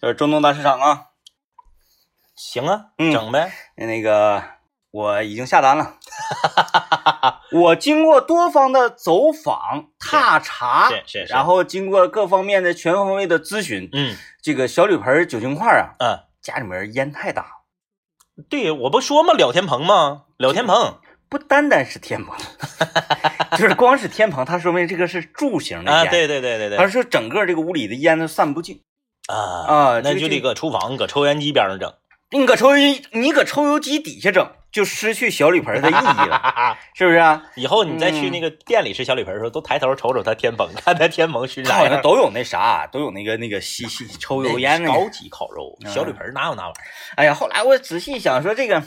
就是中东大市场啊，行啊，嗯整呗。那个我已经下单 了。我经过多方的走访、踏查，是是是啊然后经过各方面的全方位的咨询，嗯这个小铝盆酒精块啊，嗯，家里面烟太大，对，我不说嘛，了天蓬吗？了天蓬不单单是天 棚，就是光是天棚，它说明这个是柱形的啊，烟，对对对对对而是整个这个屋里的烟都散不尽。啊啊这那个这就得搁厨房搁抽烟机边上 整。你搁抽油，你搁抽油机底下整，就失去小铝盆的意义了， 哈哈，是不是啊？以后你再去那个店里吃小铝盆的时候，都抬头瞅瞅他天蓬，看他天 蓬熏它啥好像样。都有那啥，都有那个那个吸吸抽油烟那高个。级烤肉，嗯小铝盆哪有那玩意儿？哎呀，后来我仔细想说，这个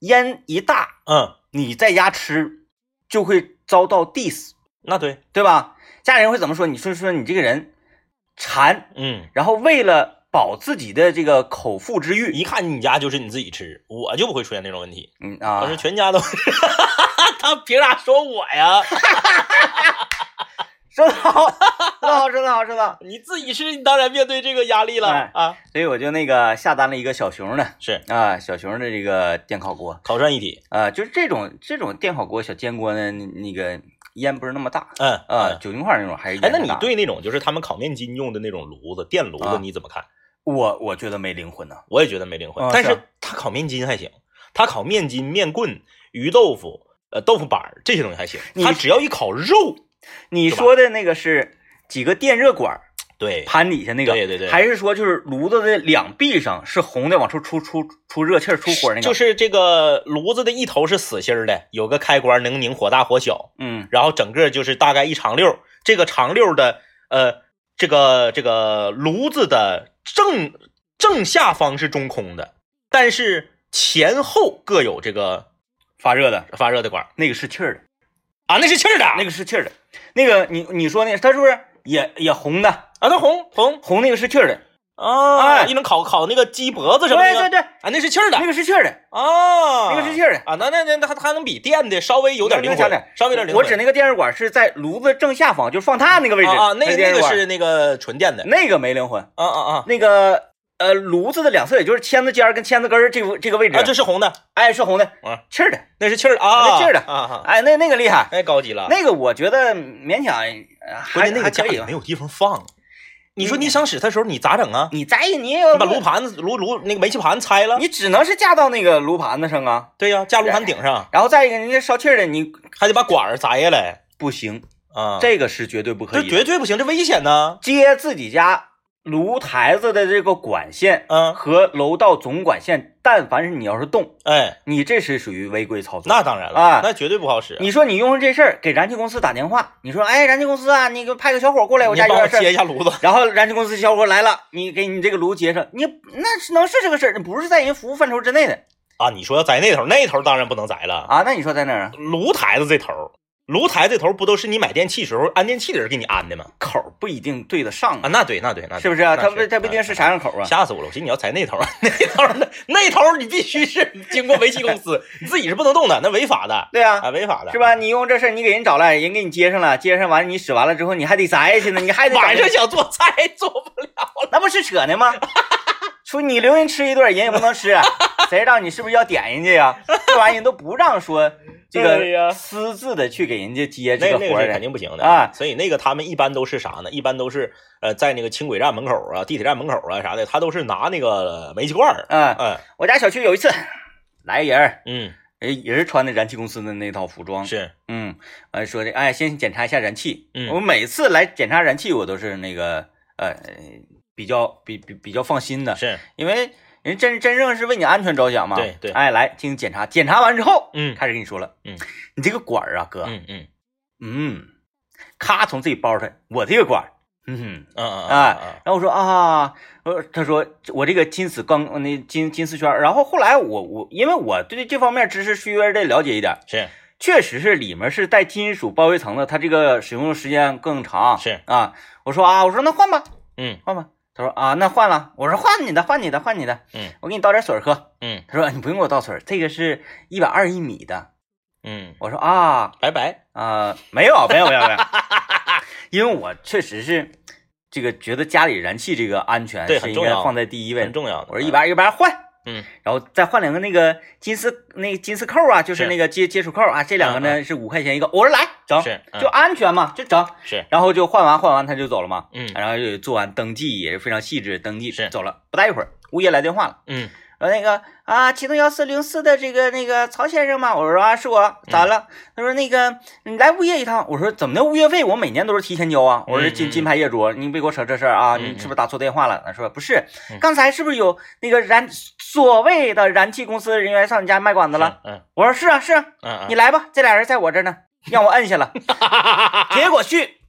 烟一大，嗯，你在家吃就会遭到 diss，那对，对吧？家里人会怎么说？你说说你这个人馋，嗯，然后为了保自己的这个口腹之欲，一看你家就是你自己吃，我就不会出现这种问题。嗯我啊是，全家都是， 他凭啥说我呀？说的好， 说的好，说的好，说的好。你自己吃，你当然面对这个压力了哎啊！所以我就那个下单了一个小熊的是啊，小熊的这个电烤锅。烤涮一体，啊，就是这种这种电烤锅、小煎锅呢，那那个烟不是那么大嗯啊，嗯九零块那种还是烟哎，那大你对那种就是他们烤面筋用的那种炉子、电炉啊子你怎么看？我我觉得没灵魂呢。我也觉得没灵魂啊，但是啊是他烤面筋还行，他烤面筋、面棍、鱼豆腐、呃豆腐板儿这些东西还行，你他只要一烤肉，你吧说的那个是几个电热管儿对，盘底下那个，对对对还是说就是炉子的两壁上是红的，往出出出出热气儿、出火那个？就是是这个炉子的一头是死心儿的，有个开关能拧火大火小，嗯然后整个就是大概一长溜儿，这个长溜儿的呃这个这个炉子的正正下方是中空的，但是前后各有这个发热的发热的管儿那个是气儿的，啊，那是气儿的，那个是气儿的，那个你你说那它是不是也也红的？啊，那红红红那个是气儿的，啊，哎一能烤烤那个鸡脖子什么的，对对对，啊，那是气儿的那个是气儿的，啊，那个是气儿的啊，那那那那它它能比电的稍微有点灵那活那啥点，稍微有点灵活，我指那个电热管是在炉子正下方，就是放炭那个位置啊啊，那个那电热个管是那个纯电的，那个没灵魂，啊啊啊。那个呃炉子的两侧，也就是签子尖儿跟签子根儿这个这个位置，啊，这是红的，哎是红的，啊气儿的，那是气儿的啊，那气儿的啊啊，哎那那个厉害，那高级了。那个我觉得勉强呃还关键那个还家可以里吧没。有地方放，啊嗯你说你想使它的时候你咋整啊？你在意你也有你把炉，盘子、炉炉那个煤气盘拆了，你只能是架到那个炉盘子上啊，对呀，架炉盘顶上，然后再一个人家烧气儿的你还得把管儿摘下来不行，啊，这个是绝对不可这以的。绝对不行，这危险呢。接自己家炉台子的这个管线嗯，和楼道总管线，但凡是你要是动，哎，你这是属于违规操作。那当然了，啊那绝对不好使。你说你用上这事儿给燃气公司打电话，你说哎，燃气公司啊，你给我派个小伙过来，我你家有帮我点事接一儿。下炉子， 然后燃气公司小伙来了，你给你这个炉接上，你那是能是这个事儿，那不是在人服务范畴之内的啊，你说要摘那头，那头当然不能摘了。啊。那你说在哪儿啊？炉台子这头，炉台这头不都是你买电器时候安电器的人给你安的吗？ 口儿不一定对得上啊，，那对，那对，那对是不是啊？那它不它不一那定是啥样口啊。吓死我了！我寻思你要踩那头儿， 那头儿那那头儿你必须是 经过煤气公司，你自己是不能动的，那违法 的对啊啊，，违法的是？吧？你用这事儿你给人找来，人给你接上了，接上完你使完了之后，你还得摘下去呢，你 还得找晚人上想做菜做不了，那不是扯呢吗？ 说你留人吃一顿，人也不能吃，啊谁让你是不是要点人家呀？这玩意儿都不让说这对哎呀个私自的去给人家接这那个那活个儿是肯的。定不行的啊所以那个他们一般都是啥呢？一般都是呃，在那个轻轨站门口啊、地铁站门口啊啥的，他都是拿那个煤气罐儿，嗯，嗯我家小区有一次来人儿，嗯，人也是穿的燃气公司的那套服装，是嗯，完说的，哎，先检查一下燃气。嗯我每次来检查燃气，我都是那个呃比较比比比较放心的，是，因为人真真正是为你安全着想嘛。对对哎，来进行检查，检查完之后，嗯开始跟你说了，嗯，你这个管儿啊，哥，嗯嗯嗯，咔从自己包上，我这个管儿，嗯嗯嗯哼，嗯哎，嗯然后我说啊，呃，他说我这个金丝钢那金金丝圈儿，然后后来我我因为我对这方面知识稍微的了解一点，啊是确实是里面是带金属包围层的，它这个使用时间更长，是啊，我说啊，我说那换吧，嗯换吧。他说啊，那换了。我说换你的，换你的，换你的。嗯，我给你倒点水喝。嗯他说你不用给我倒水，这个是一百二一米的。嗯，我说啊拜拜啊、没有，没有，没有，没有，因为我确实是这个觉得家里燃气这个安全对是很应重该要放在第一位很。重要的。我说一百二一百二换，嗯，然后再换两个那个金丝那金丝扣啊，就是是嗯那个接接触扣啊，这两个呢是五块钱一个。我说来整是，嗯就安全嘛，就整。是，然后就换完换完他就走了嘛，嗯然后就做完登记也是非常细致，登记是走了。不大一会儿，物业来电话了，嗯说那个啊，启动幺四零四的这个那个曹先生吗？我说啊，是我，嗯咋了？他说那个你来物业一趟。我说怎么的？物业费我每年都是提前交啊。我说嗯金嗯金牌业主，你别给我扯这事儿啊！嗯你嗯是不是打错电话了？他说不是，嗯刚才是不是有那个燃所谓的燃气公司人员上你家卖管子了？是，嗯我说是啊是啊，嗯嗯，你来吧，这俩人在我这儿呢，让我摁下 了。结果去，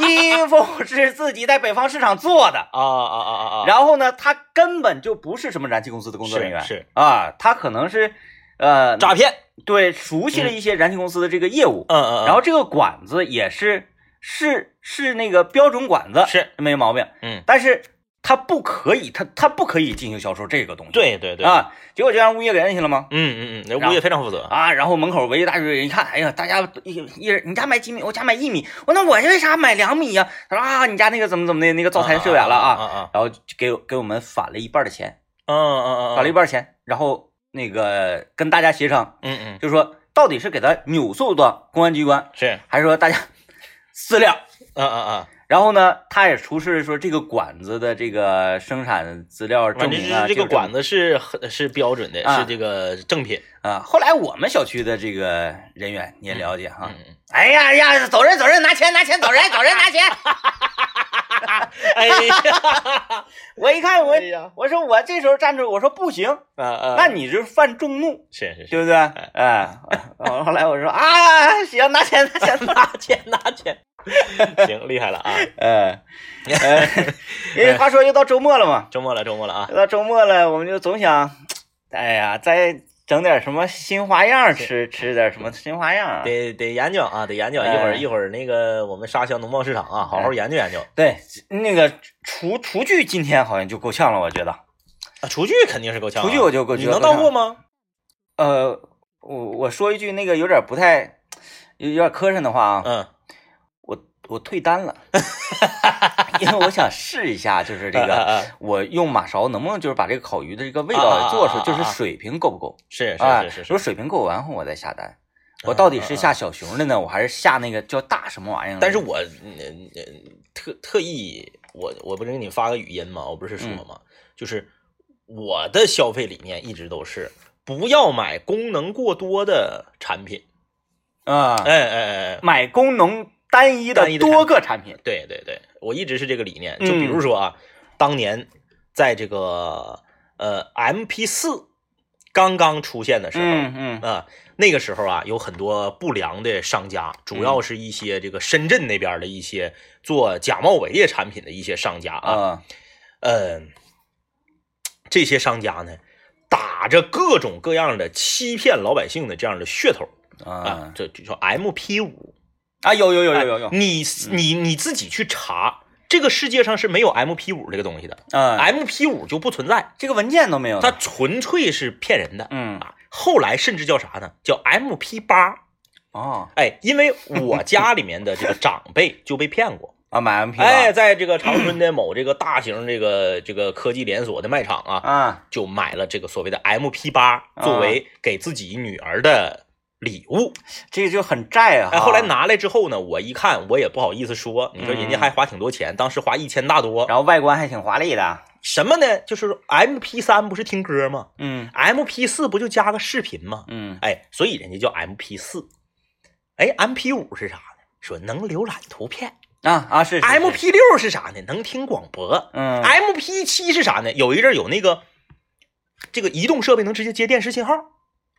衣服是自己在北方市场做的。啊啊啊啊啊，然后呢，他根本就不是什么燃气公司的工作人员，是是啊，他可能是呃诈骗，对熟悉了一些燃气公司的这个业务，嗯嗯，嗯然后这个管子也是是是那个标准管子，是没毛病，嗯，但是他不可以，他他不可以进行销售这个东西，对对对，啊，结果就让物业给摁下了吗？嗯嗯嗯，然那物后业非常负责，啊，然后门口围一大堆人，一看，哎呀，大家一一人，你家买几米？我家买一米。我那我为啥买两米呀、他说啊，你家那个怎么怎么的，那个灶台受远了啊啊，啊啊，然后就给我给我们返了一半的钱，嗯嗯嗯，返了一半钱，然后那个跟大家协商，嗯嗯就说到底是给他扭送到公安机关，是，嗯还是说大家 私了？嗯嗯，然后呢，他也出示说这个管子的这个生产资料证反正就明啊，是这个管子子是很是标准的，啊是这个正品，啊。后来我们小区的这个人员你也了解哈，嗯嗯。哎呀呀，走人走人，拿钱拿钱，走人走人拿 钱。哎呀，我一看我哎呀我说我这时候站住，我说不行，啊啊，那你就是犯众怒，是是是，对不对？嗯 哎，啊后来我说啊，行，拿钱拿钱拿钱。拿钱， 行，厉害了啊！ 哎，哎因为话说又到周末了嘛，周末了，周末了啊！又到周末了，我们就总想，哎呀，再整点什么新花样吃，吃点什么新花样啊。得得研究啊，得研究，一哎会儿一会儿那个我们沙乡农贸市场啊，好好研究研究。对，那个厨厨具今天好像就够呛了，我觉得。啊，厨具肯定是够呛啊，厨具我就够你觉得能够到呛货吗？呃，我我说一句那个有点不太，有有点磕碜的话啊，嗯，我我退单 了，因为我想试一下，就是这 啊个。啊啊我用马勺能不能就是把这个烤鱼的这个味道给做出啊啊啊啊来，啊就是水平够不够？是啊，是是是如果是，水平够完后，我再下单。我到底是下小熊的呢，我还是下那个叫大什么玩意儿的？但是我嗯嗯特特意我我不是给你发个语音吗？我不是说嗯吗？就是我的消费理念一直都是不要买功能过多的产品。啊，哎哎哎哎，买工农单一的单一的多个产品，对对对，我一直是这个理念。嗯就比如说啊，当年在这个呃 MP 四刚刚出现的时候，嗯嗯啊，那个时候啊，有很多不良的商家，主嗯要是一些这个深圳那边的一些做假冒伪劣产品的一些商家啊，啊嗯，这些商家呢，打着各种各样的欺骗老百姓的这样的噱头啊啊，这就叫 MP 五，啊！有有有有有嗯有你你你自己去查，这个世界上是没有 MP 五这个东西的啊， ，MP 五就不存在，这个文件都没有呢。它纯粹是骗人的嗯啊。后来甚至叫啥呢？叫 MP 八。哦哎，因为我家里面的这个长辈就被 骗过。啊，买 MP 哎，在这个长春的某这个大型这个这个科技连锁的卖场啊，啊就买了这个所谓的 MP 八作为给自己女儿的礼物。这个就很债啊。哎，后来，拿来之后呢，我一看我也不好意思说，你说人家还花挺多钱，当时花一千大多。嗯然后外观还挺华丽的。什么呢？就是 MP 三不是听歌吗嗯？MP 四不就加个视频吗？嗯哎，所以人家叫 MP 四。哎，MP 五是啥呢？说能浏览图片。啊啊是是是 MP 六是啥呢？能听广播。嗯 MP 七是啥呢？有一阵儿有那个这个移动设备能直接接电视信号，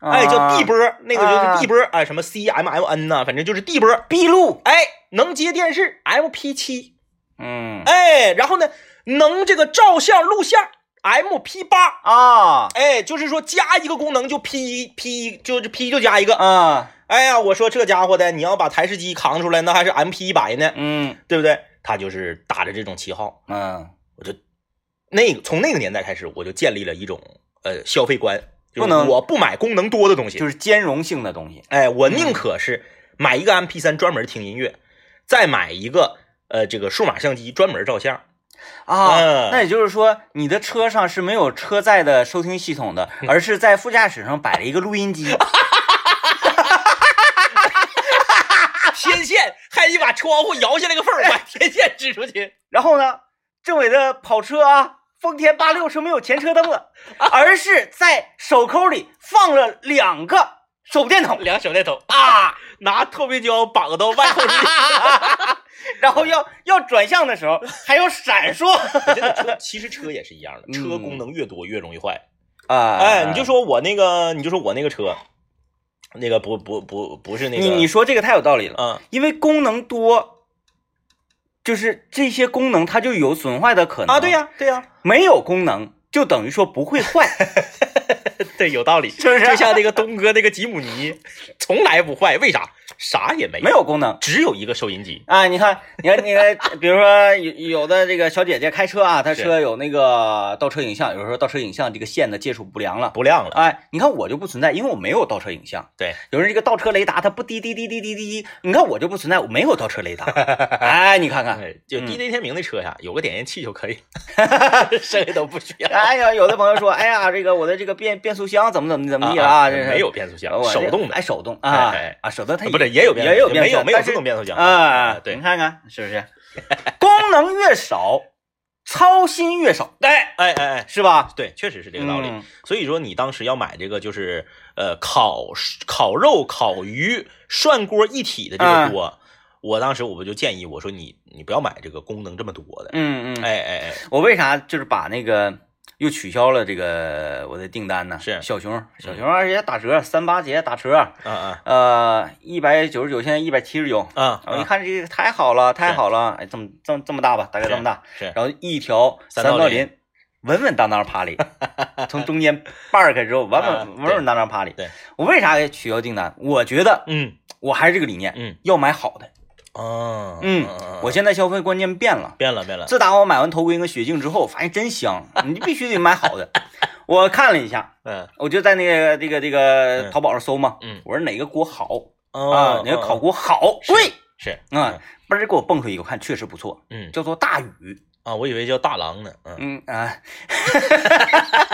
啊哎，叫 D 波，那个就是 D 波，哎，什么 CMMN 呐、反正就是 D 波，闭路。哎，能接电视。MP 七，嗯哎，然后呢，能这个照相录像。MP 八，啊哎，就是说加一个功能就 P 一 P 一，就是 P 就加一个。啊哎呀，我说这家伙的，你要把台式机扛出来，那还是 MP 一百呢，嗯对不对？他就是打着这种旗号，嗯。我就那个从那个年代开始，我就建立了一种呃消费观，就是不能我不买功能多的东西，就是嗯兼容性的东西。哎，我宁可是买一个 MP 三专门听音乐，再买一个呃这个数码相机专门照相。啊嗯，那也就是说，你的车上是没有车载的收听系统的，嗯而是在副驾驶上摆了一个录音 机。天线，还你把窗户摇下来个缝儿， 把天线支出去。然后呢，政委的跑车啊，丰田八六是没有前车灯的，而是在手抠里放了两个手电 筒两手电筒，啊，拿透明胶绑到外 后视然后要要转向的时候还要闪烁镜。真的车，其实车也是一样的，车功能越多越容易坏。嗯啊 哎，你就说我那个，你就说我那个车，那个不不不不是那个，你你说这个太有道理了，嗯因为功能多，就是这些功能它就有损坏的可能啊，对、呀对呀，没有功能就等于说不会坏。 对，有道理，是不是就像那个东哥那个吉姆尼，从来不坏，为啥？啥也没有，没有功能只有一个收音机。啊！你看，你看，你看，比如说有有的这个小姐姐开车啊，她是车有那个倒车影像，有时候倒车影像这个线呢接触不良了。不亮了，哎，你看我就不存在，因为我没有倒车影像。对，有人这个倒车雷达它不滴滴滴滴滴滴，你看我就不存在，我没有倒车 雷达。哎，你看看，哎，就嗯 DJ 天明那车呀，有个点烟器就可以啊了，剩下都不需要。哎呀，有的朋友说，哎呀，这个我的这个变变速箱怎么怎么怎么地了啊？这是没有变速箱，我这手动的哎，，手动哎啊哎啊，手动它不是也有变速箱，也有变没速有箱没有但是自动变速箱啊，对你，看看是不是？ 功能越少，操心越少，哎哎哎哎，是吧？对，确实是这个道理。嗯所以说你当时要买这个就是呃烤烤肉、烤鱼、涮锅一体的这啊个锅，我当时我不就建议我说你你不要买这个功能这么多的，嗯嗯，哎哎哎，我为啥就是把那个又取消了这个我的订单呢？是小熊，小熊二节打折，三八节打折，嗯嗯呃，一百九十九现在一百七十九。嗯我一嗯，看这个太好了，太好了，哎，这么这么这么大吧，大概是这么大，是然后一条三三道道林林，稳稳当当爬犁，从中间掰开 之后，稳啊稳对稳稳当当爬犁对。我为啥给取消订单？我觉得嗯我还是这个理念，嗯要买好的。哦嗯，我现在消费观念变了。变了变了，自打我买完头盔跟雪镜之后，发现真 香，你必须得买好的。我看了一下，嗯我就在那个这个这嗯个淘宝上搜嘛，嗯我说哪个锅好哦啊？哪个烤锅锅好是嗯贵是啊？嘣儿给我蹦出一个，看确实不错，嗯叫做大宇。啊，我以为叫大郎呢，嗯嗯啊，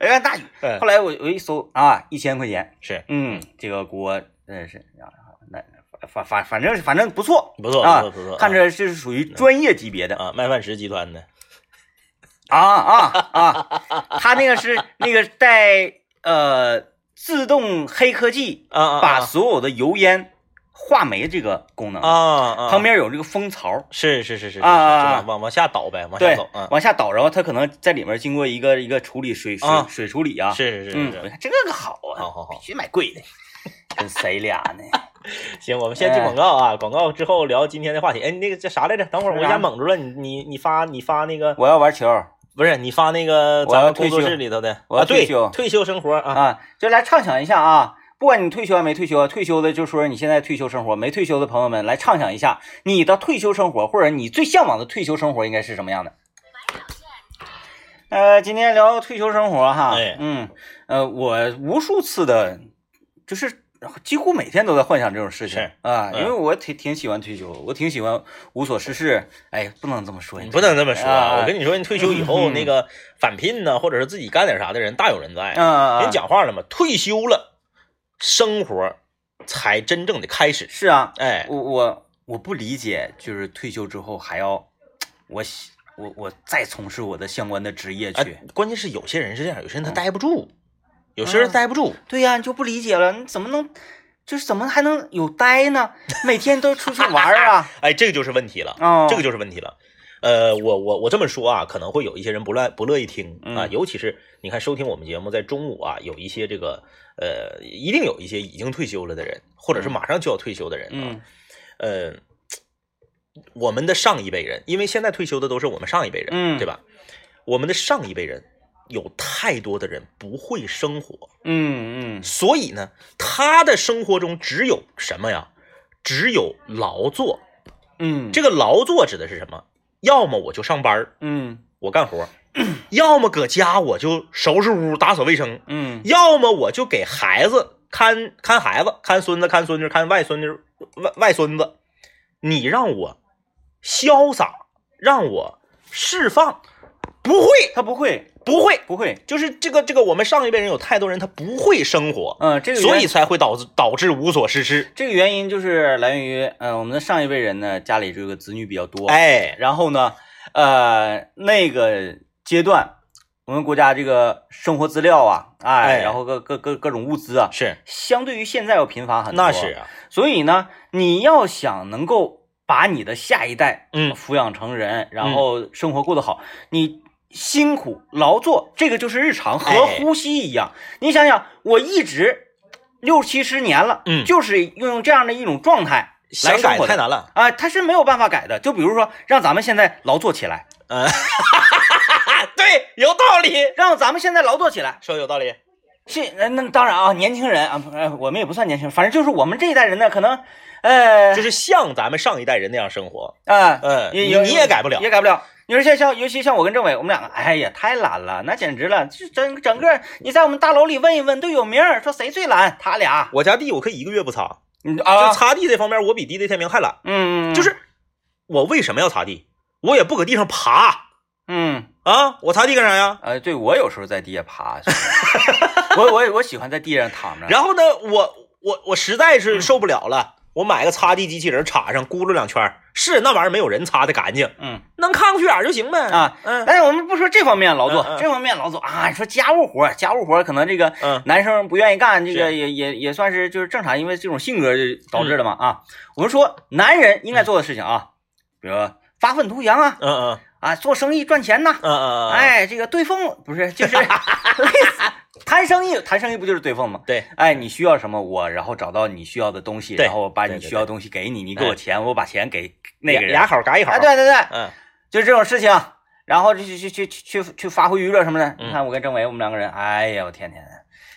我看大宇，嗯后来我我一搜啊，一千块钱，是嗯，这个锅真是啊，那反反反正反正不错，不错啊不错不错，看着这是属于专业级别的啊麦饭石集团的，啊啊啊，他那个是那个带呃自动黑科技啊啊把所有的油烟化酶这个功能，啊啊旁边有这个蜂巢，是是是是是，啊啊啊是吧往往下倒呗，往下对走，啊，往下倒，然后它可能在里面经过一个一个处理水水啊水处理啊，是是是嗯，我是，看这个好啊，好好好必须买贵的。跟谁俩呢？ 行，我们哎先进广告啊，广告之后聊今天的话题。哎，那个叫啥来着？等会儿我一下蒙住了，你你你发你发那个我要玩球不是你发那个我要咱们工退作休室里头的我要啊，对退休，退休生活啊，啊！就来畅想一下啊，不管你退休还没退休，退休的就说你现在退休生活，没退休的朋友们来畅想一下你的退休生活，或者你最向往的退休生活应该是什么样的？呃，今天聊退休生活哈，哎嗯，呃，我无数次的，就是几乎每天都在幻想这种事情是啊，嗯因为我挺挺喜欢退休，我挺喜欢无所事事。哎，不能这么说，你不能这么说啊我跟你说，你退休以后嗯那个返聘呢，或者是自己干点啥的人大有人在。啊，人讲话了嘛，退休了，生活才真正的开始。是啊，哎，我我我不理解，就是退休之后还要我喜我我再从事我的相关的职业啊去。，嗯关键是有些人是这样，有些人他待不住，有些人待不住。对呀、你就不理解了，你怎么能就是怎么还能有呆呢？每天都出去玩儿 啊，哎，这个就是问题了，哦这个就是问题了。呃，我我我这么说啊，可能会有一些人不乐不乐意听啊，嗯尤其是你看收听我们节目在中午啊，有一些这个呃，一定有一些已经退休了的人，或者是马上就要退休的人啊，嗯呃，我们的上一辈人，因为现在退休的都是我们上一辈人，嗯对吧？我们的上一辈人有太多的人不会生活，嗯嗯，所以呢，他的生活中只有什么呀？只有劳作。嗯，这个劳作指的是什么？要么我就上班儿嗯我干活儿，要么搁家我就收拾屋、打扫卫生，嗯要么我就给孩子看看孩子、看孙子、看孙女、看外孙女、外外孙子。你让我潇洒，让我释放，不会，他不会，不会，不会，就是这个这个，我们上一辈人有太多人他不会生活，嗯、这个所原以才会导致导致无所事事。这个原因就是来源于，嗯、我们的上一辈人呢，家里这个子女比较多，，哎，然后呢，呃，那个阶段，我们国家这个生活资料啊，哎，哎然后各各各各种物资啊，是，相对于现在要贫乏很多，那是，啊，所以呢，你要想能够把你的下一代嗯，抚养成人，然后生活过得好，你。辛苦劳作，这个就是日常，和哎呼吸一样。你想想，我一直六七十年了，嗯就是用这样的一种状态来想生改活的太难了，啊，它是没有办法改的。就比如说，让咱们现在劳作起来，啊， 对，有道理，让咱们现在劳作起来。说的有道理，是，那那当然啊，年轻人啊，不呃，我们也不算年轻人，反正就是我们这一代人呢，可能，呃，就是像咱们上一代人那样生活，啊，嗯，也你有你也改不了，也改不了。你说像像，尤其像我跟政委，我们两个，哎呀，太懒了，那简直了，这整整个你在我们大楼里问一问都有名儿，说谁最懒，他俩，我家地我可以一个月不擦，嗯就啊，擦地这方面，我比地雷天明还懒。嗯，就，是我为什么要擦地？我也不搁地上爬嗯。啊！我擦地干啥呀？呃，对我有时候在地下爬， 我我我喜欢在地上躺着。然后呢，我我我实在是受不了了，我买个擦地机器人插上，咕噜两圈儿，是那玩意儿没有人擦的干净，嗯能看过去眼儿就行呗。啊，嗯但是我们不说这方面劳作，嗯嗯这方面劳作啊，说家务活儿，家务活儿可能这个嗯男生不愿意干，这个也也也算是就是正常，因为这种性格就导致的嘛、嗯啊。我们说男人应该做的事情啊，比如说发愤图强啊，嗯嗯啊，做生意赚钱呐、嗯嗯，，哎，这个对缝不是就是 类似谈生意，谈生意不就是对缝吗？对，哎，你需要什么我，然后找到你需要的东西，对然后我把对你对需要的对东西给你，你给我哎钱，我把钱给那个人。牙口嘎一口，哎，对对对，嗯，就这种事情，然后就去去去去去去发挥娱乐什么的。嗯你看我跟政委，我们两个人，哎呀，我天天，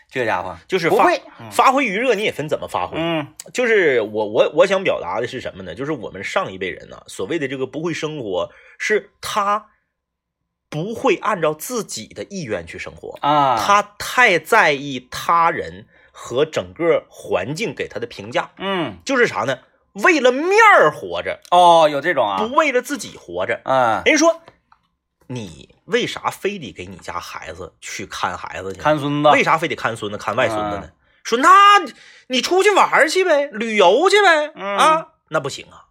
这家伙就是不发嗯会，发挥余热，你也分怎么发挥。嗯就是我我我想表达的是什么呢？就是我们上一辈人呢、所谓的这个不会生活，是他不会按照自己的意愿去生活，啊，他太在意他人和整个环境给他的评价，嗯就是啥呢？为了面儿活着，哦，有这种啊，不为了自己活着。嗯，人家说，你为啥非得给你家孩子去看孩子去？看孙子，为啥非得看孙子、看外孙啊子呢？说那你出去玩儿去呗，旅游去呗，嗯啊，那不行啊。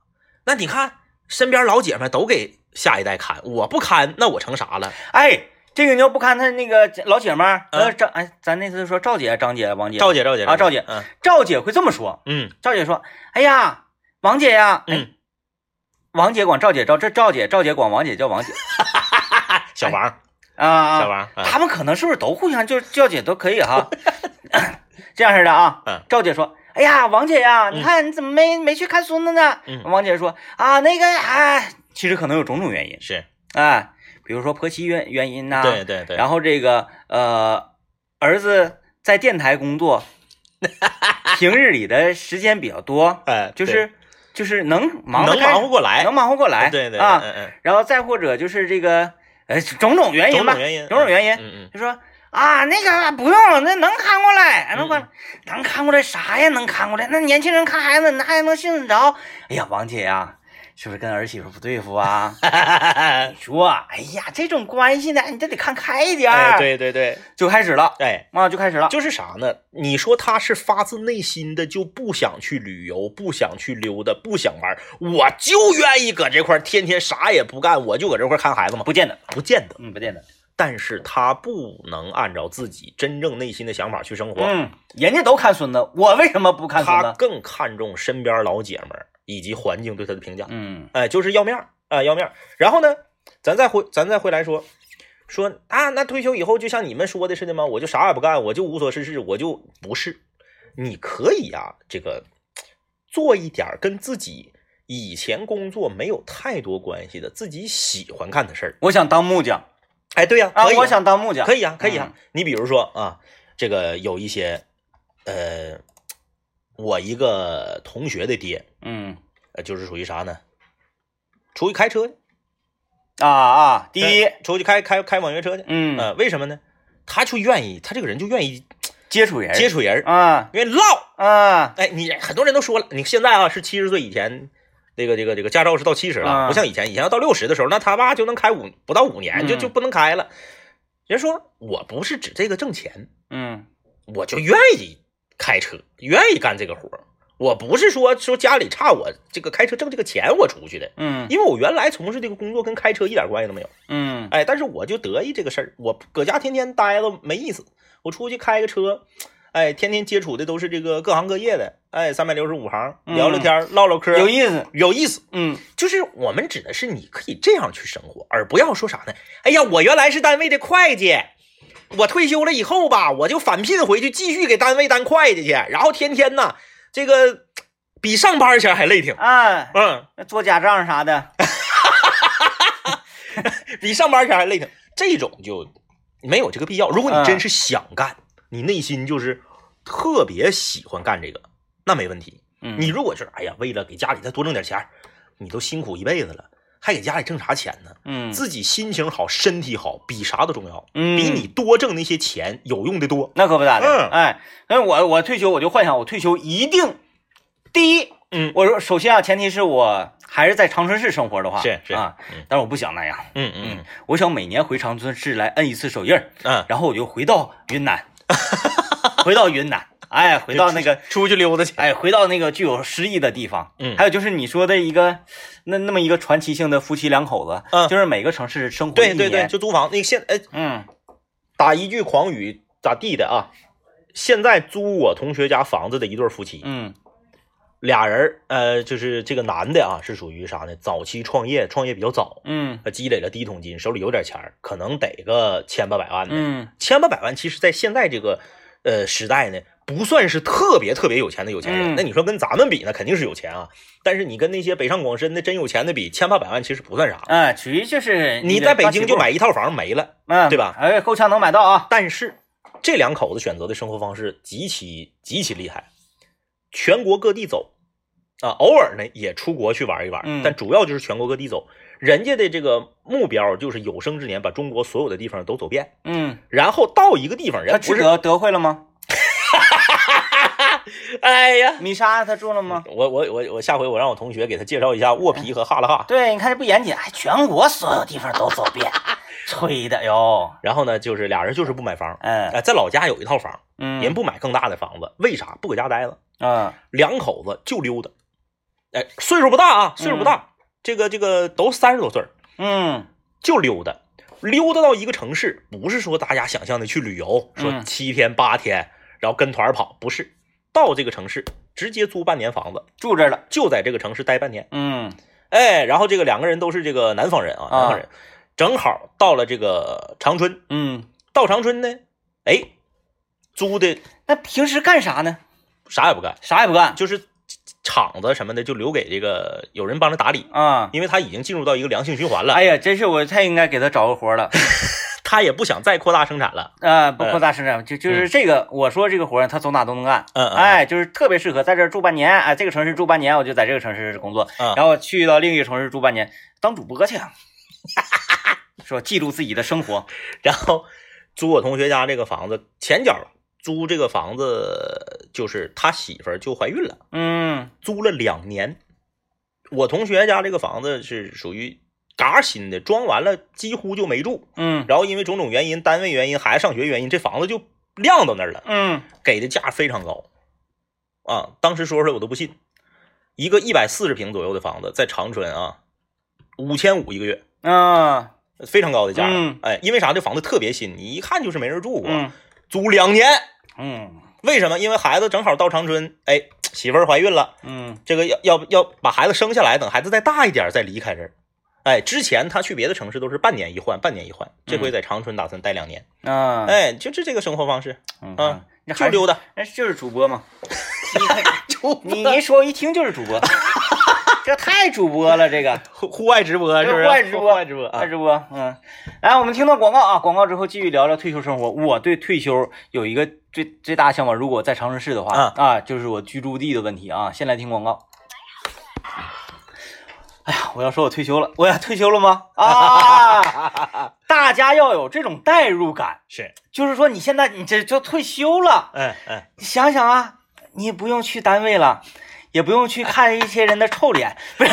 那你看身边老姐们都给下一代看，我不看，那我成啥了？哎，这个你要不看他那个老姐们儿，嗯呃，张哎，咱那次说赵姐、张姐、王姐，赵姐，赵姐啊赵姐嗯赵姐会这么说，嗯赵姐说，哎呀，王姐呀，哎嗯，王姐管赵姐赵这赵姐，赵姐管王姐叫 王姐小王，啊啊，小王，嗯他们可能是不是都互相就是叫姐都可以哈？ 这样式的啊嗯，赵姐说：“哎呀，王姐呀，你看你怎么没没去看孙子呢？”嗯王姐说：“啊，那个哎，其实可能有种种原因是啊，比如说婆媳原原因呐、对对对，啊然后这个呃，儿子在电台工 作，平日里的时间比较多，哎，呃就是就是能对忙得能开忙活过来，能忙活过来，对对对啊，嗯嗯，然后再或者就是这个呃种种原因种吧，种原因，种种原因，嗯嗯就说啊，那个不用，那能看过来，能看嗯，能看过来啥呀？能看过来？那年轻人看孩子，哪还能信得着？哎呀，王姐呀、是不是跟儿媳妇不对付啊？嗯，你说，哎呀，这种关系呢，你这得看开一点儿。 哎，，对对对，就开始了哎。啊，就开始了。就是啥呢？你说他是发自内心的就不想去旅游，不想去溜达，不想玩儿，我就愿意搁这块儿天天啥也不干，我就搁这块儿看孩子吗？不见得，不见得，嗯，不见得，但是他不能按照自己真正内心的想法去生活，嗯，人家都看孙子，我为什么不看孙他子？更看重身边老姐们儿以及环境对他的评价，嗯哎、就是要面儿啊、要面儿。然后呢，咱再回咱再回来说。说啊，那退休以后就像你们说的似的吗？我就啥也不干，我就无所事事，我就不是。你可以呀、这个做一点儿跟自己以前工作没有太多关系的，自己喜欢干的事儿。我想当木匠哎，对呀、啊可以，呀我想嗯当木匠，可以，以啊呀、可以呀、你比如说啊，这个有一些，呃，我一个同学的爹，嗯呃，就是属于啥呢？出去开车去，啊啊，第一，呃出去开开开网约车去。嗯，呃，为什么呢？他就愿意，他这个人就愿意接触人，接触人儿，啊愿意唠。啊，哎，你很多人都说了，你现在啊是七十岁以前这个这个这个驾照是到七十了，啊不像以前，以前要到六十的时候，那他爸就能开五不到五年就嗯就不能开了。人说我不是指这个挣钱，嗯我就愿意开车，愿意干这个活儿。我不是说说家里差我这个开车挣这个钱我出去的，嗯因为我原来从事这个工作跟开车一点关系都没有。嗯哎，但是我就得意这个事儿，我搁家天天待着没意思，我出去开个车，哎，天天接触的都是这个各行各业的，哎，三百六十五行，聊聊天儿、唠唠嗑儿，嗯有意思，有意思。嗯就是我们指的是你可以这样去生活，而不要说啥呢？哎呀，我原来是单位的会计，我退休了以后吧，我就返聘回去继续给单位当会计去，然后天天呐，这个比上班前还累挺，啊，嗯，做假账啥的，比上班前还累挺，这种就没有这个必要。如果你嗯真是想干，你内心就是特别喜欢干这个，那没问题。嗯你如果是哎呀，为了给家里再多挣点钱，你都辛苦一辈子了，还给家里挣啥钱呢？嗯自己心情好、身体好，比啥都重要，嗯比你多挣那些钱有用的多。那可不咋的，嗯哎，那我我退休我就幻想我退休一定，第一，嗯我说首先啊，前提是我还是在长春市生活的话，是是啊嗯，但是我不想那样，嗯嗯，我想每年回长春市来摁一次手印儿，嗯，然后我就回到云 南，回到云南，哎，回到那个，出去溜达去。哎，回到那个具有诗意的地方。嗯还有就是你说的一个那那么一个传奇性的夫妻两口子，嗯就是每个城市生活对一对对，年就租房那个现哎，嗯打一句狂语咋地的啊？现在租我同学家房子的一对夫妻，嗯俩人儿呃，就是这个男的啊，是属于啥呢？早期创业，创业比较早，嗯呃积累了第一桶金，手里有点钱儿，可能得个千八百万的。嗯千八百万，其实在现在这个呃时代呢，不算是特别特别有钱的有钱嗯人。那你说跟咱们比呢，肯定是有钱啊。但是你跟那些北上广深的真有钱的比，千八百万其实不算啥。啊，属于就是你的在北刚京起就步，买一套房没了。嗯，对吧哎，够呛能买到啊。但是这两口子选择的生活方式极其极其厉害，全国各地走啊，偶尔呢也出国去玩一玩，嗯但主要就是全国各地走。人家的这个目标就是有生之年把中国所有的地方都走遍，嗯，然后到一个地方，人他家值不是，得得惠了吗？哎呀，米莎她住了吗？我我我我下回我让我同学给他介绍一下卧皮和哈拉哈。对，你看这不严谨，哎，全国所有地方都走遍，吹的哟。然后呢，就是俩人就是不买房，嗯哎，在老家有一套房，嗯，人不买更大的房子，为啥？不搁家待着，嗯两口子就溜达，哎，岁数不大啊，岁数不大，这个这个都三十多岁儿嗯就溜达，溜达到一个城市，不是说大家想象的去旅游，说嗯七天八天，然后跟团跑，不是，到这个城市直接租半年房子，住这儿了。就在这个城市待半年。嗯哎，然后这个两个人都是这个南方人啊，啊南方人，正好到了这个长春，嗯，到长春呢，哎，租的那平时干啥呢？啥也不干，啥也不干就是厂子什么的就留给这个有人帮着打理，啊。因为他已经进入到一个良性循环了，哎呀，真是我太应该给他找个活了他也不想再扩大生产了，啊！不扩大生产，就就是这个，我说这个活儿他走哪都能干。嗯嗯嗯，哎，就是特别适合在这儿住半年，哎，这个城市住半年，我就在这个城市工作，嗯然后去到另一个城市住半年，当主播去， 说记录自己的生活。然后租我同学家这个房子，前脚租这个房子就是他媳妇儿就怀孕了。嗯租了两年。我同学家这个房子是属于嘎新的，装完了几乎就没住。嗯然后因为种种原因，单位原因、孩子上学原因，这房子就晾到那儿了，嗯，给的价非常高。啊，当时说出来我都不信，一个一百四十平左右的房子在长春啊，五千五一个月，啊非常高的价了。嗯哎，因为啥？这房子特别新，你一看就是没人住过，嗯租两年。嗯为什么？因为孩子正好到长春，哎，媳妇儿怀孕了。嗯这个要要要把孩子生下来，等孩子再大一点儿再离开这儿。哎，之前他去别的城市都是半年一换，半年一换，这回在长春打算待两年。啊，哎，就是这个生活方式，嗯啊，那就还溜达。那就是主播 嘛，就你一说一听就是主 播，这太主播了，这个户户外直播 是不是？户外直播哎户外直播啊太！主播，嗯，来，我们听到广告啊，广告之后继续聊聊退休生活。我对退休有一个最最大的想法，如果在长春市的话，啊啊，就是我居住地的问题啊。先来听广告。哎呀，我要说我退休了，我要退休了吗？啊， 大家要有这种代入感，是，就是说你现在你这就退休了。哎哎，想想啊，你也不用去单位了，也不用去看一些人的臭脸。 不是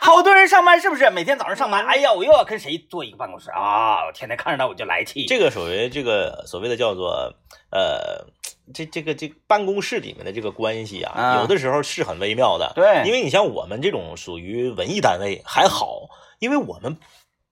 好多人上班是不是每天早上嗯上班？哎呀，我又要跟谁坐一个办公室啊！我天天看着他我就来气。这个所谓这个所谓的叫做呃，这这个这个办公室里面的这个关系啊，啊有的时候是很微妙的。对因为你像我们这种属于文艺单位还好，因为我们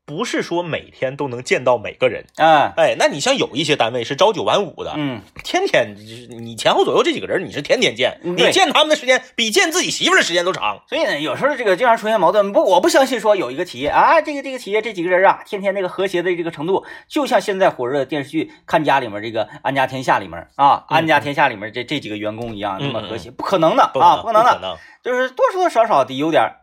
不是说每天都能见到每个人。嗯哎，那你像有一些单位是朝九晚五的，嗯，天天就是你前后左右这几个人你是天天见，嗯你对见他们的时间比见自己媳妇儿的时间都长。所以呢，有时候这个经常出现矛盾。不，我不相信说有一个企业啊，这个这个企业这几个人啊，天天这个和谐的这个程度，就像现在火热的电视剧《看家》里面这个《安家天下》里面嗯啊，《安家天下》里面这这几个员工一样那么和谐，不可能的不可啊，不能，不可的，能！就是多多少少得有点儿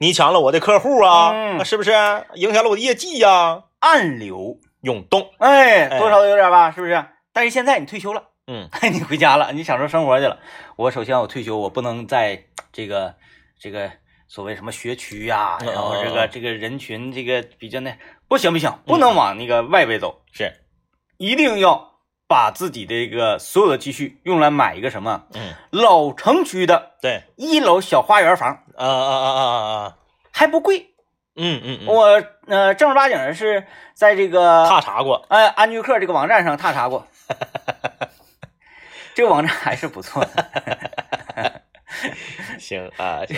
你抢了我的客户啊，嗯那是不是影响了我的业绩呀、暗流，永动，哎，哎多少有点吧，是不是？但是现在你退休了。 哎嗯，你回家了，你享受生活去了。我首先我退休，我不能在这个这个所谓什么学区呀、嗯然后这嗯个嗯这个人群这个比较那不行不行，不能往那个外围走，是，一定要把自己的这个所有的积蓄用来买一个什么嗯，老城区的对，一楼小花园房，啊啊啊啊啊啊，还不贵。嗯嗯嗯，我呃正儿八经的是在这个踏查过，呃，安居客这个网站上踏查 过，这个网站还是不错的。 行啊，行，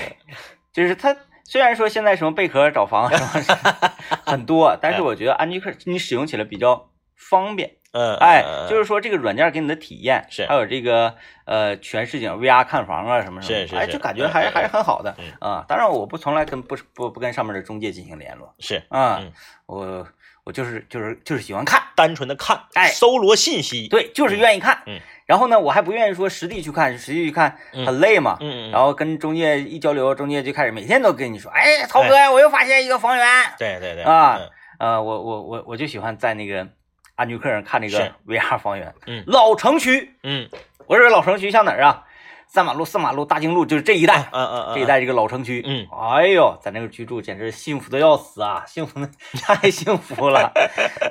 就是它虽然说现在什么贝壳找房什么是 很多，啊哎但是我觉得安居客你使用起来比较方便。嗯，哎，就是是说这个软件给你的体验是还有这个呃全视景 VR 看房啊什么什么的，是是哎，是就感觉还嗯还是很好的嗯啊。当然，我不从来跟不是不不跟上面的中介进行联络是啊嗯，我我就是就是就是喜欢看。单纯的看，哎搜罗信息，，对，就是愿意看。嗯嗯然后呢，我还不愿意说实地去看，实地去看嗯很累嘛。嗯嗯然后跟中介一交流，中介就开始每天都跟你说：“哎，曹哥，我又发现一个房源。对对对，啊嗯，”呃，我我我我就喜欢在那个安居客上看那是个 VR 房源。嗯老城区，嗯我认为老城区像哪儿啊？三马路、四马路、大经路，就是这一带嗯，嗯嗯，这一带这个老城区。嗯，哎呦，在那个居住简直幸福的要死啊！幸福的 太幸福 了，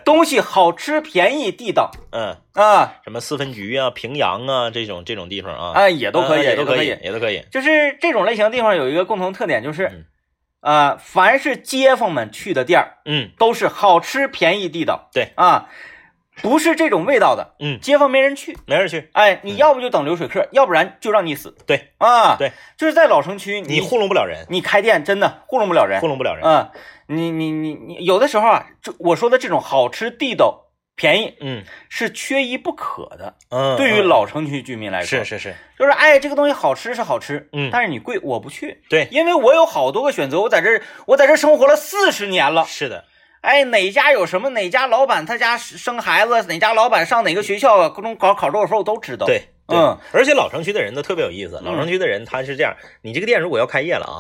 东西好吃、便宜、地道嗯，啊！什么四分局啊、平阳啊这种这种地方啊，啊，也都可以，啊也都都可以，也都可以，就是这种类型的地方有一个共同特点，就是，嗯呃，凡是街坊们去的店儿，嗯都是好吃、便宜、地道。对啊，不是这种味道的，嗯，街坊没人去。没人去，哎，你要不就等流水客，要不然就让你死。对啊，对，就是在老城区，你你糊弄不了人，你开店真的糊弄不了人糊。弄不了人，嗯，你你你你，有的时候啊，就我说的这种好吃、地道、便宜嗯是缺一不可的。嗯，对于嗯老城区居民来说，是是是，就是哎，这个东西好吃是好吃，嗯但是你贵我不去，对，因为我有好多个选择，我在这儿我在这儿生活了四十年了，是的，哎，哪家有什么，哪家老板他家生孩子，哪家老板上哪个学校，各种考考多少分我都知道，，对，对嗯，而且老城区的人呢特别有意思，老嗯城区的人他是这样，你这个店如果要开业了啊，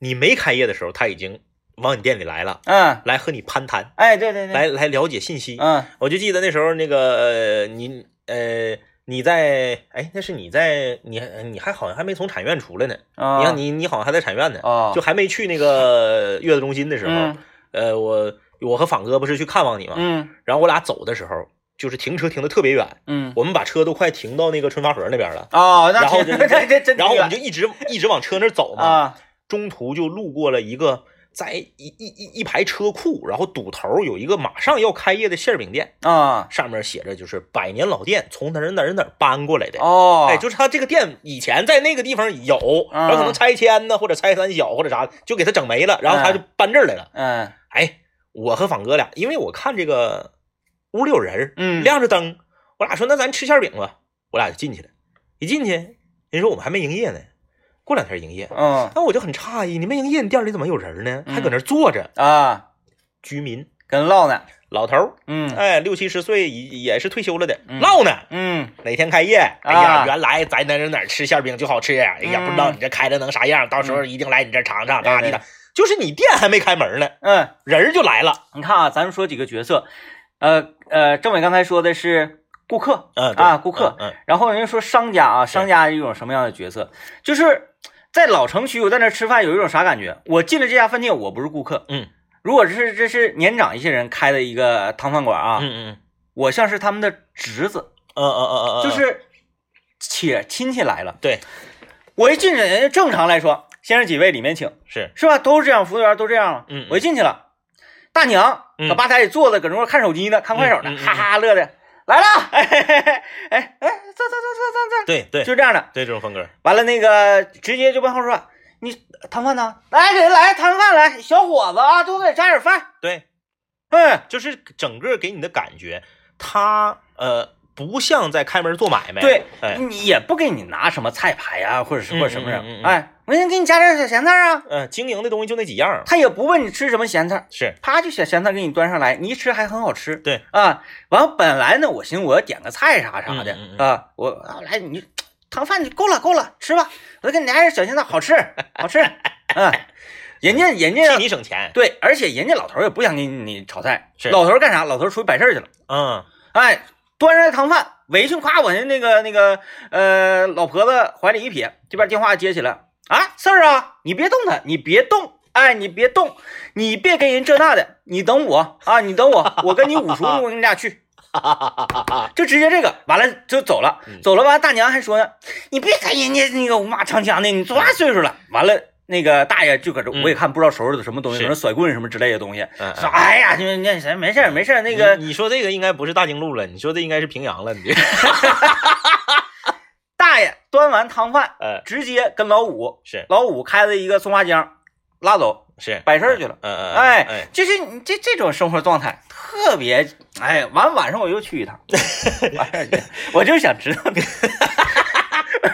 你没开业的时候他已经往你店里来了，嗯，来和你攀谈，哎，对对对，来来了解信息。嗯，我就记得那时候那个呃你呃你在哎那是你在你你还好像还没从产院出来呢，啊，你看你你好像还在产院呢，哦就还没去那个月子中心的时候，嗯呃我我和仿哥不是去看望你嘛，嗯然后我俩走的时候就是停车停的特别远，嗯，我们把车都快停到那个春发河那边了。哦，那然后挺这这真挺然后我们就远一直一直往车那儿走嘛，啊，中途就路过了一个在一一一一排车库，然后堵头有一个马上要开业的馅儿饼店，啊，上面写着就是百年老店，从哪儿哪儿哪儿搬过来的。哦，哎，就是他这个店以前在那个地方有，啊然后可能拆迁呢，或者拆三小或者啥，就给他整没了，然啊后他就搬这儿来了。嗯哎，我和仿哥俩，因为我看这个屋里有人儿，嗯亮着灯，我俩说那咱吃馅儿饼吧，我俩就进去了。一进去，人说我们还没营业呢，过两天营业。嗯那我就很诧异，你没营业，你店里怎么有人呢？嗯还搁那儿坐着？啊，居民跟唠呢，老头儿，嗯哎，六七十岁，也也是退休了的，嗯唠呢。嗯哪天开业？哎呀，啊原来在哪儿哪儿哪儿吃馅儿饼就好吃，哎呀，嗯不知道你这开的能啥样，到时候一定来你这儿尝尝，咋地对的？就是你店还没开门呢，嗯。人儿就来了。你看啊，咱们说几个角色，呃呃，政委刚才说的是顾客，嗯对啊，顾客，嗯，嗯然后人家说商家啊，商家一种什么样的角色？就是在老城区，我在那儿吃饭有一种啥感觉？我进了这家饭店，我不是顾客，嗯，如果是这是年长一些人开的一个汤饭馆啊，嗯嗯嗯我像是他们的侄子，嗯嗯嗯嗯，嗯就是且亲戚来了，对，我一进去，人家正常来说，先生几位里面请，是，是吧？都是这样，服务员都这样了。嗯嗯我一进去了，大娘嗯搁吧台里坐着，搁那块儿看手机呢，看快手呢，嗯嗯嗯哈哈乐的来了， 哎嘿嘿嘿哎哎，坐坐坐坐坐对对坐，就这样的。对这种风格，完了那个直接就问后说，你摊贩呢？来给人来摊贩来，小伙子啊，多给加点饭。对，嗯，就是整个给你的感觉，他呃不像在开门做买卖，对哎，，你也不给你拿什么菜牌啊，或者是或者什么什嗯嗯嗯嗯么，哎，我先给你加点小咸菜啊。呃，经营的东西就那几样儿，他也不问你吃什么咸菜，是啪就小咸菜给你端上来，你一吃还很好吃。对啊，完了本来呢，我寻思我要点个菜啥啥的、嗯嗯嗯啊，我啊来你汤饭就够了够了，吃吧，我给你来点小咸菜， 好吃好吃。嗯，人家人替家你省钱，对，而且人家老头儿也不想给你炒菜，是老头儿干啥？老头儿出去办事儿去了。嗯，哎，端上来汤饭，围裙夸往人那个那个呃老婆子怀里一撇，这边电话接起来，啊，四儿啊，你别动他，你别动，哎，你别动，你别跟人这那的，你等我啊，你等 我，我跟你五叔，我们俩去。就直接这个完了就走了嗯，走了完大娘还说呢，你别跟人家那个五马长枪的，你多大岁数了？完了那个大爷就搁这，嗯我也看不知道收拾的什么东西，是可能甩棍什么之类的东西。嗯说哎呀，就那谁没事儿没事儿，那个你你说这个应该不是大经路了，你说这应该是平阳了，你这，大爷端完汤饭，呃，直接跟老五，是老五开了一个松花江，拉走，是摆事儿去了。嗯嗯，嗯哎，哎，就是你这这种生活状态特别，哎，完晚上我又去一 趟，完事儿去我就想知道你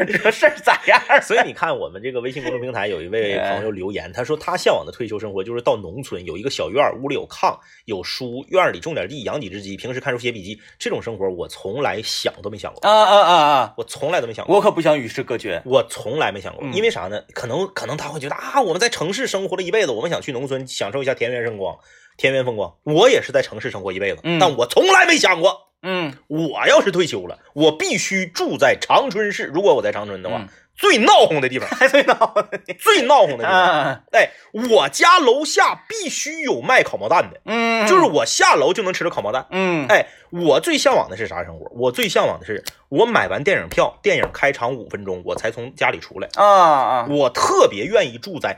这事儿咋样。所以你看，我们这个微信公众平台有一位哎朋友留言，他说他向往的退休生活就是到农村有一个小院儿，屋里有炕，有书，院儿里种点地，养几只鸡，平时看书写笔记，这种生活我从来想都没想过，啊啊啊啊！我从来都没想过。我可不想与世隔绝。我从来没想过，嗯因为啥呢？可能可能他会觉得啊，我们在城市生活了一辈子，我们想去农村享受一下田园风光，田园风光。我也是在城市生活一辈子，嗯但我从来没想过，嗯，我要是退休了，我必须住在长春市。如果我在长春的话，嗯最闹哄的地方，还最闹的最闹哄的地方。啊， 哎，我家楼下必须有卖烤毛蛋的，嗯，就是我下楼就能吃到烤毛蛋。嗯，哎，我最向往的是啥生活？我最向往的是，我买完电影票，电影开场五分钟，我才从家里出来。啊啊，我特别愿意住在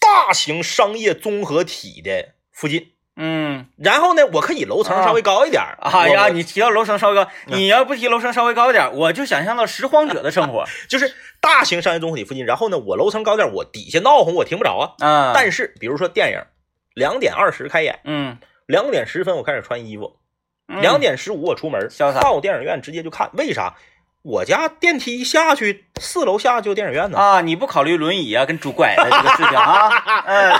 大型商业综合体的附近。嗯然后呢，我可以楼层稍微高一点儿啊我呀，我嗯你提到楼层稍微高，你要不提楼层稍微高一点，我就想象到拾荒者的生活就是大型商业综合体附近。然后呢，我楼层高点儿，我底下闹哄，我听不着啊。啊。但是，比如说电影，两点二十开演，嗯，两点十分我开始穿衣服，嗯两点十五我出门，潇洒到电影院直接就看。为啥？我家电梯下去，四楼下就有电影院呢。啊，你不考虑轮椅啊跟拄拐的这个事情 啊，嗯，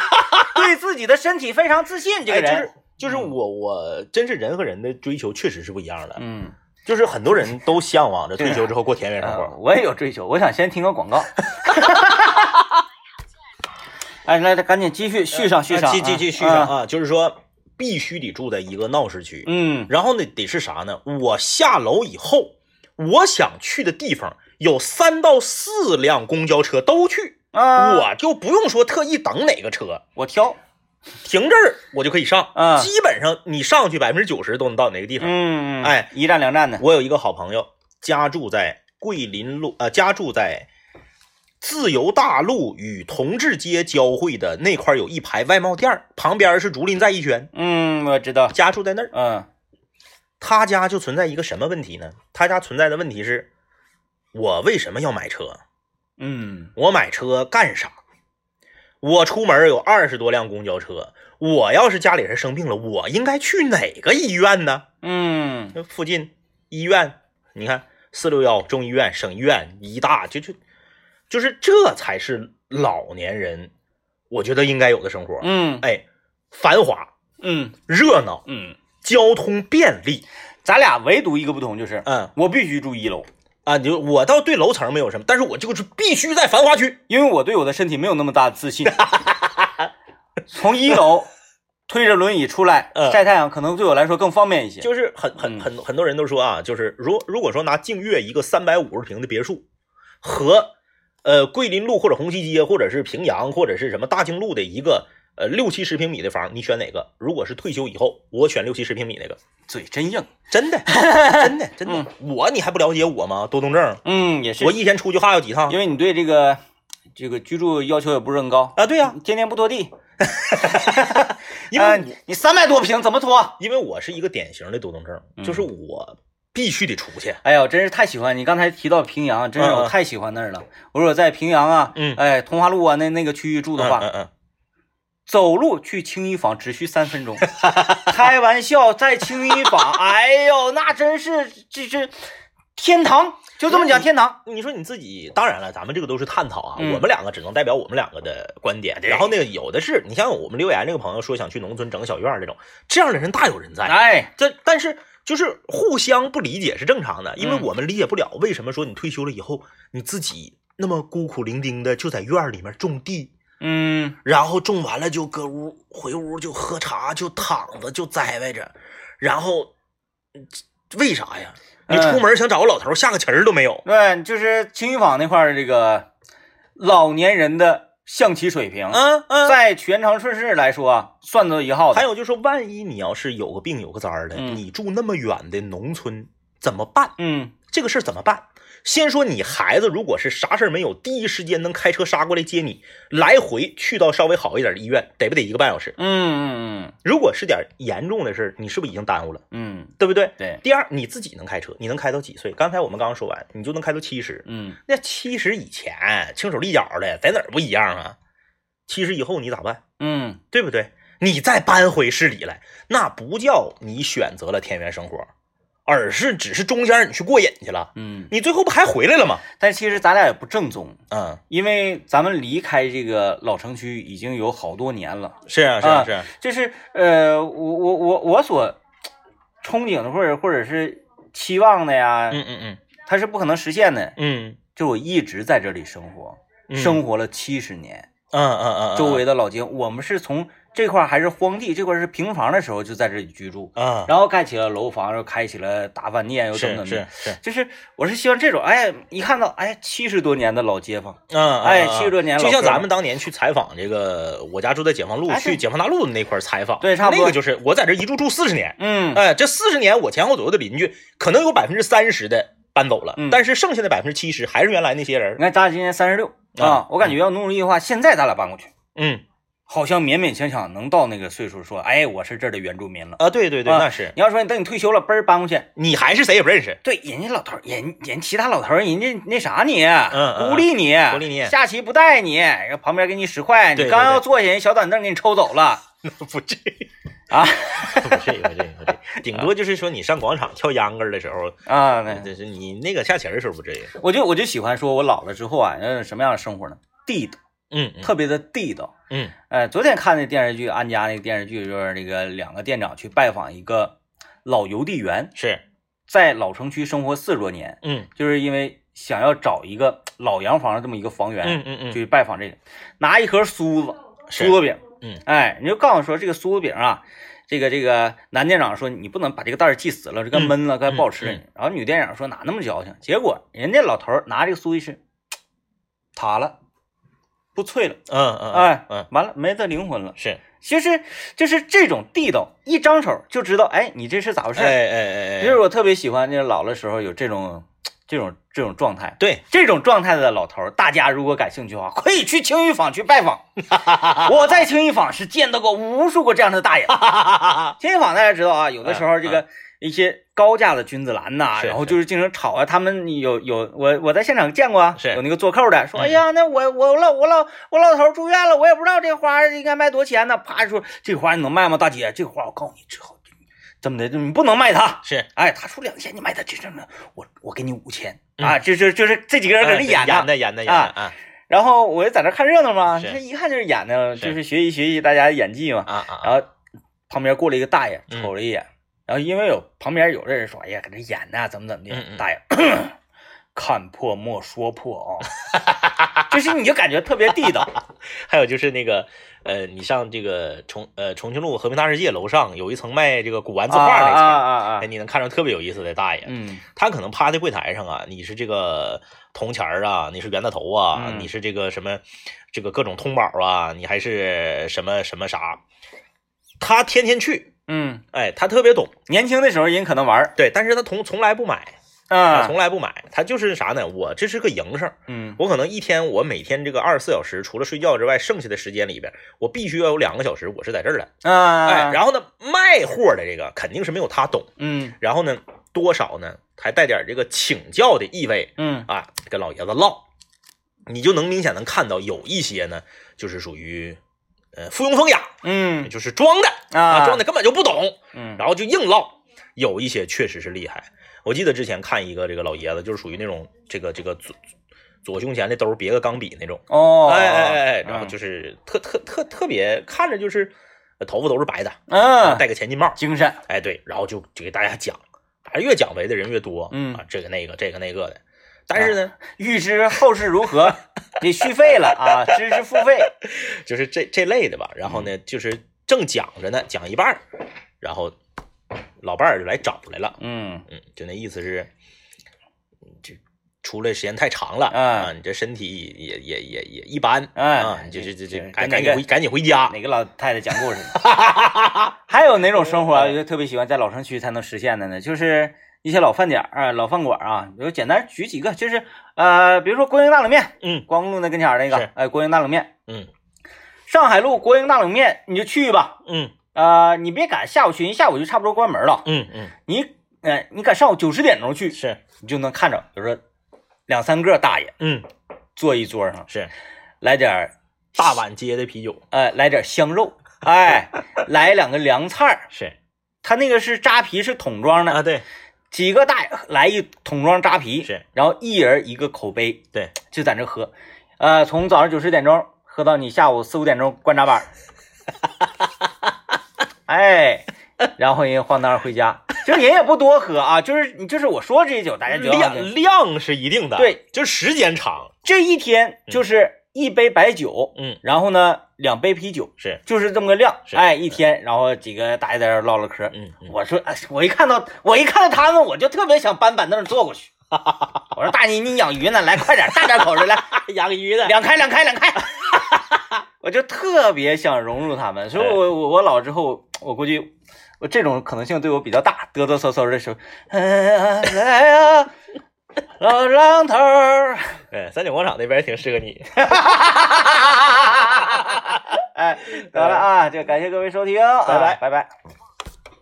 对自己的身体非常自信，这个哎就人是，就是嗯我我真是人和人的追求确实是不一样的。嗯，就是很多人都向往着退休之后过田园生呃活。我也有追求，我想先听个广 告。哎，来，赶紧继续续上续上，继继继续上啊，啊！就是说，必须得住在一个闹市区。嗯然后呢，得是啥呢？我下楼以后，我想去的地方有三到四辆公交车都去，啊，我就不用说特意等哪个车，我挑，停这儿我就可以上。嗯基本上你上去百分之九十都能到哪个地方。嗯，哎，一站两站的，我有一个好朋友，家住在桂林路，呃，家住在自由大路与同志街交汇的那块儿有一排外贸店儿，旁边是竹林在一圈，嗯，我知道，家住在那儿。嗯他家就存在一个什么问题呢？他家存在的问题是，我为什么要买车？嗯我买车干啥？我出门有二十多辆公交车，我要是家里人生病了，我应该去哪个医院呢？嗯那附近医院，你看四六幺中医院、省医院、医大，就就就是这才是老年人，我觉得应该有的生活。嗯哎，繁华、嗯热闹、嗯，交通便利，咱俩唯独一个不同就是，嗯我必须住一楼，啊，你就我倒对楼层没有什么，但是我就是必须在繁华区。因为我对我的身体没有那么大的 自信。从一楼推着轮椅出来嗯晒太阳，可能对我嗯来说更方便一些。就是很很很很多人都说啊，就是如如果说拿净月一个三百五十平的别墅和呃桂林路或者红旗街或者是平阳或者是什么大经路的一个呃六七十平米的房，你选哪个？如果是退休以后，我选六七十平米那个，嘴真硬，真的，真的，真的，我你还不了解我吗？多动症，嗯，也是我，一天出去哈要几趟因为你对这个这个居住要求也不是很高，啊？对呀、天天不拖地，因为啊我你你三百多平怎么拖？因为我是一个典型的多动症，嗯就是我必须得出去。哎呀，我真是太喜欢你刚才提到平阳，真是嗯我嗯太喜欢那儿了。我说我在平阳啊，嗯哎，桐华路啊那那个区域住的话，嗯嗯走路去青衣坊只需三分钟，开玩笑，在青衣坊，哎呦，那真是这是天堂，就这么讲天堂。嗯，你说你自己，当然了，咱们这个都是探讨啊，嗯我们两个只能代表我们两个的观点。然后那个有的是，你像我们留言那个朋友说想去农村整小院儿这种，这样的人大有人在。哎，这但是就是互相不理解是正常的，因为嗯我们理解不了为什么说你退休了以后你自己那么孤苦伶仃的就在院儿里面种地，嗯，然后种完了就搁屋回屋就喝茶就躺着就栽歪着，然后嗯为啥呀？你嗯出门想找个老头儿下个棋儿都没有。对，就是青衣坊那块儿这个老年人的象棋水平，嗯嗯。在全长顺势来说啊，算作一号的。还有就是，万一你要是有个病有个灾儿的，嗯你住那么远的农村怎么办？嗯，这个事儿怎么办？先说你孩子如果是啥事儿没有，第一时间能开车杀过来接你，来回去到稍微好一点的医院，得不得一个半小时？嗯嗯如果是点儿严重的事儿，你是不是已经耽误了？嗯嗯，对不对？对，第二，你自己能开车，你能开到几岁？刚才我们刚刚说完，你就能开到七十。嗯那七十以前轻手利脚的，在哪儿不一样啊？七十以后你咋办？嗯，对不对？你再搬回市里来，那不叫你选择了田园生活，而是只是中间你去过瘾去了，嗯。你最后不还回来了吗？但其实咱俩也不正宗，嗯，因为咱们离开这个老城区已经有好多年了。是啊，啊啊，就是呃，我我我我所憧憬的或者或者是期望的呀，嗯嗯嗯它是不可能实现的。嗯就我一直在这里生活，嗯生活了七十年，嗯嗯嗯，周围的老街，我们是从这块儿还是荒地，这块儿是平房的时候就在这里居住，啊，然后盖起了楼房，又开起了大饭店，又是等等是的。是，就是我是希望这种，哎，一看到哎七十多年的老街坊，嗯，哎嗯嗯70多年了就像哥们咱们当年去采访这个，我家住在解放路，哎对去解放大路的那块儿采访，对差不多那个就是我在这一住住四十年，嗯，哎，这四十年我前后左右的邻居，可能有百分之三十的搬走了，嗯但是剩下的百分之七十还是原来那些人你，看咱俩今年三十六啊啊，我感觉要努力的话，现在咱俩搬过去。嗯好像勉勉强强能到那个岁数，说，哎，我是这儿的原住民了。啊，对对对，啊那是。你要说你等你退休了，嘣儿搬过去，你还是谁也不认识。对，人家老头儿，人人其他老头儿，人家那啥你，啊嗯孤立你，孤立你下棋不带你，然后旁边给你十块，对你对刚要对坐下，人小板凳给你抽走 了 不至于，啊 不至于，不至于，不至于。顶哎多就是说你上广场跳秧歌儿的时候，啊！对就是你那个下棋儿的时候不至于。我就我就喜欢说，我老了之后啊，那什么样的生活呢？地道，嗯嗯特别的地道。嗯呃，昨天看那电视剧，安家那个电视剧就是那个两个店长去拜访一个老邮递员，是，在老城区生活四十多年，嗯就是因为想要找一个老洋房的这么一个房源，嗯嗯嗯，去拜访这个，拿一盒酥子、是酥子饼，嗯，哎，你就告诉我说这个酥子饼啊，这个这个男店长说你不能把这个袋儿系死了，这个闷了，该不好吃了。嗯然后女店长说哪那么矫情？结果人家老头儿拿这个酥一吃，塌了，不脆了，嗯嗯，哎，嗯完了没得灵魂了。是，就是就是这种地道，一张手就知道，哎，你这是咋回事哎儿？哎哎就哎，是我特别喜欢，就是老的时候有这种这种这种状态。对，这种状态的老头儿，大家如果感兴趣的话，可以去青玉坊去拜 访。我在青玉坊是见到过无数个这样的 大爷。青玉坊大家知道啊，有的时候这个一些高价的君子兰呐、嗯是然后就是经常炒啊，他们有有我我在现场见过啊，是有那个做扣的说，嗯哎呀，那我我老我老我老头儿住院了，我也不知道这花应该卖多少钱呢。啪说这花你能卖吗，大姐？这花我告诉你之后怎么的，你不能卖它。是，哎，他出两千，你买他这这么，我我给你五千嗯啊，这这就是这几个人搁那演哎演呢。的演的演的啊然后我就在那看热闹嘛，是这一看就是演的，是就是学习学习大家演技嘛。啊啊，然后旁边过来一个大爷，嗯瞅了一眼，然后因为有旁边有的人说，哎呀，搁这 演呢，怎么怎么嗯的，嗯 大爷看破莫说破啊，其实你就感觉特别地道。还有就是那个呃，你上这个重呃重庆路和平大世界楼上有一层卖这个古 玩字画那啊层，啊啊哎，！你能看着特别有意思的大爷，嗯他可能趴在柜台上啊，你是这个铜钱儿啊，你是袁大头啊，嗯你是这个什么，这个各种通宝啊，你还是什么什么啥，他天天去，嗯，哎，他特别懂，年轻的时候人可能玩儿对，但是他从从来不买，他啊从，来不买，他就是啥呢？我这是个营生，嗯我可能一天我每天这个二十四小时，除了睡觉之外，剩下的时间里边，我必须要有两个小时我是在这儿的，啊，哎，然后呢，卖货的这个肯定是没有他懂，嗯然后呢，多少呢还带点这个请教的意味。嗯啊，跟老爷子唠，你就能明显能看到有一些呢，就是属于呃附庸风雅，嗯就是装的啊，装的根本就不懂，嗯然后就硬唠。有一些确实是厉害，我记得之前看一个这个老爷子，就是属于那种这个这个左左胸前的兜儿别个钢笔那种，哦，哎哎哎哎，然后嗯就是特特特特别看着就是呃头发都是白的，嗯，戴个前进帽，精神，哎，对，然后就就给大家讲，反正越讲围的人越多，嗯啊，这个那个这个那个的，但是呢，预知后事如何，得续费了啊，知识付费，就是这这类的吧。然后呢，就是正讲着呢，讲一半儿，然后老伴儿就来找来了，嗯嗯，就那意思是，嗯这出来时间太长了，嗯啊，你这身体也也也也一般，哎啊，你这这这这跟赶哪赶个紧回赶紧回家，哪个老太太讲故事呢？ 还有哪种生活啊，我就特别喜欢在老城区才能实现的呢？就是一些老饭点儿、啊、老饭馆啊，比如简单举几个，就是呃，比如说国营大冷面，嗯光复路那跟前儿那是个，哎，国营大冷面，嗯上海路国营大冷面，你就去吧。嗯呃，你别赶下午去，人下午就差不多关门了。嗯嗯，你，呃，你赶上午九十点钟去，是，你就能看着，比如说两三个大爷嗯坐一桌上，是来点儿，大碗接的啤酒，呃，来点儿香肉，哎，来两个凉菜儿，是他那个是扎啤，是桶装的，啊，对几个大爷来一桶装扎啤，是，然后一人一个口杯，对，就在那喝，呃，从早上九十点钟喝到你下午四五点钟关闸板儿，哎，然后人晃荡回家，就是人也不多喝啊，就是你就是我说这些酒，大家觉得量量是一定的，对，就时间长，这一天就是一杯白酒，嗯然后呢两杯啤酒，是，就是这么个量，是哎，一天，然后几个大爷在这儿唠唠嗑，嗯嗯我说，哎，我一看到我一看到他们，我就特别想搬板凳坐过 去。我说大妮，你养鱼呢，来快点，大点口水 来，养鱼的，两开两开两 开。我就特别想融入他们，所以我我我老之后，我估计我这种可能性对我比较大，嘚嘚瑟瑟的时候，哎呀 来呀、老浪头儿，哎，三角广场那边挺适合你， 哎，得了啊，就感谢各位收听，拜拜拜拜拜。